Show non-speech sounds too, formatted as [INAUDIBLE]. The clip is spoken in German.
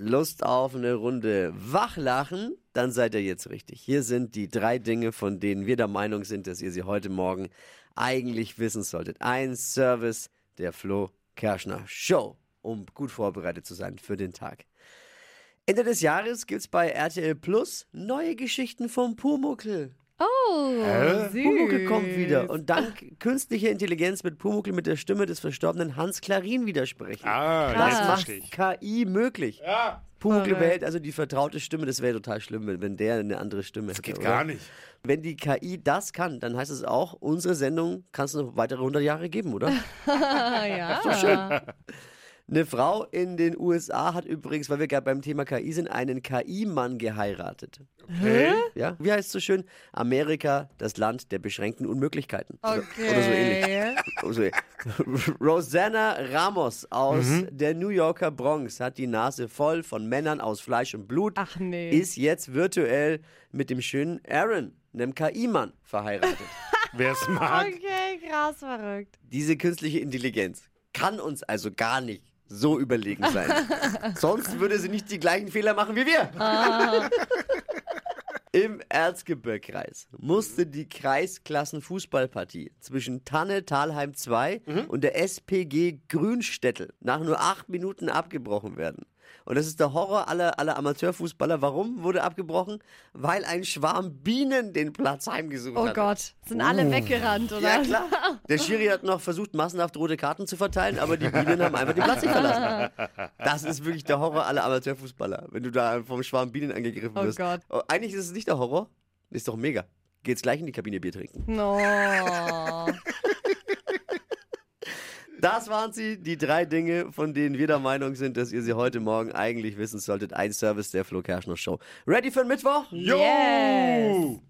Lust auf eine Runde Wachlachen, dann seid ihr jetzt richtig. Hier sind die drei Dinge, von denen wir der Meinung sind, dass ihr sie heute Morgen eigentlich wissen solltet. Ein Service der Flo Kerschner Show, um gut vorbereitet zu sein für den Tag. Ende des Jahres gibt's bei RTL Plus neue Geschichten vom Pumuckl. Oh, süß. Pumuckl kommt wieder und dank künstlicher Intelligenz wird Pumuckl mit der Stimme des verstorbenen Hans Klarin widersprechen. Das Ah, jetzt macht verstehe ich. KI möglich. Ja. Pumuckl behält also die vertraute Stimme, das wäre total schlimm, wenn- wenn der eine andere Stimme hätte. Das Geht gar nicht. Wenn die KI das kann, dann heißt es auch, unsere Sendung kannst du noch weitere 100 Jahre geben, [LAUGHS] oder? Ah, ja. Eine Frau in den USA hat übrigens, weil wir gerade beim Thema KI sind, einen KI-Mann geheiratet. Hey, Ja? Wie heißt es so schön? Amerika, das Land der beschränkten Unmöglichkeiten. Oder- Oder so ähnlich. Okay. Oh, sorry. [LAUGHS] Rosanna Ramos aus der New Yorker Bronx hat die Nase voll von Männern aus Fleisch und Blut. Ach nee. Ist jetzt virtuell mit dem schönen Aaron, einem KI-Mann, verheiratet. wer es mag. Okay, krass verrückt. Diese künstliche Intelligenz kann uns also gar nicht so überlegen sein. Sonst würde sie nicht die gleichen Fehler machen wie wir. Im Erzgebirgkreis musste die Kreisklassenfußballpartie zwischen Tanne Talheim 2 und der SPG Grünstädtel nach nur acht Minuten abgebrochen werden. Und das ist der Horror aller, aller Amateurfußballer. Warum wurde abgebrochen? Weil ein Schwarm Bienen den Platz heimgesucht Oh hatte. Gott, sind Uh. alle weggerannt, oder? Ja, klar. Der Schiri hat noch versucht, massenhaft rote Karten zu verteilen, aber die Bienen haben einfach den Platz nicht verlassen. Das ist wirklich der Horror aller Amateurfußballer, wenn du da vom Schwarm Bienen angegriffen Oh wirst. Gott. Oh, Eigentlich ist es nicht der Horror. Ist doch mega. Geht's gleich in die Kabine Bier trinken. [LAUGHS] No. Das waren sie, die drei Dinge, von denen wir der Meinung sind, dass ihr sie heute Morgen eigentlich wissen solltet. Ein Service der Flo Kerschner Show. Ready für den Mittwoch? Jo! Yes.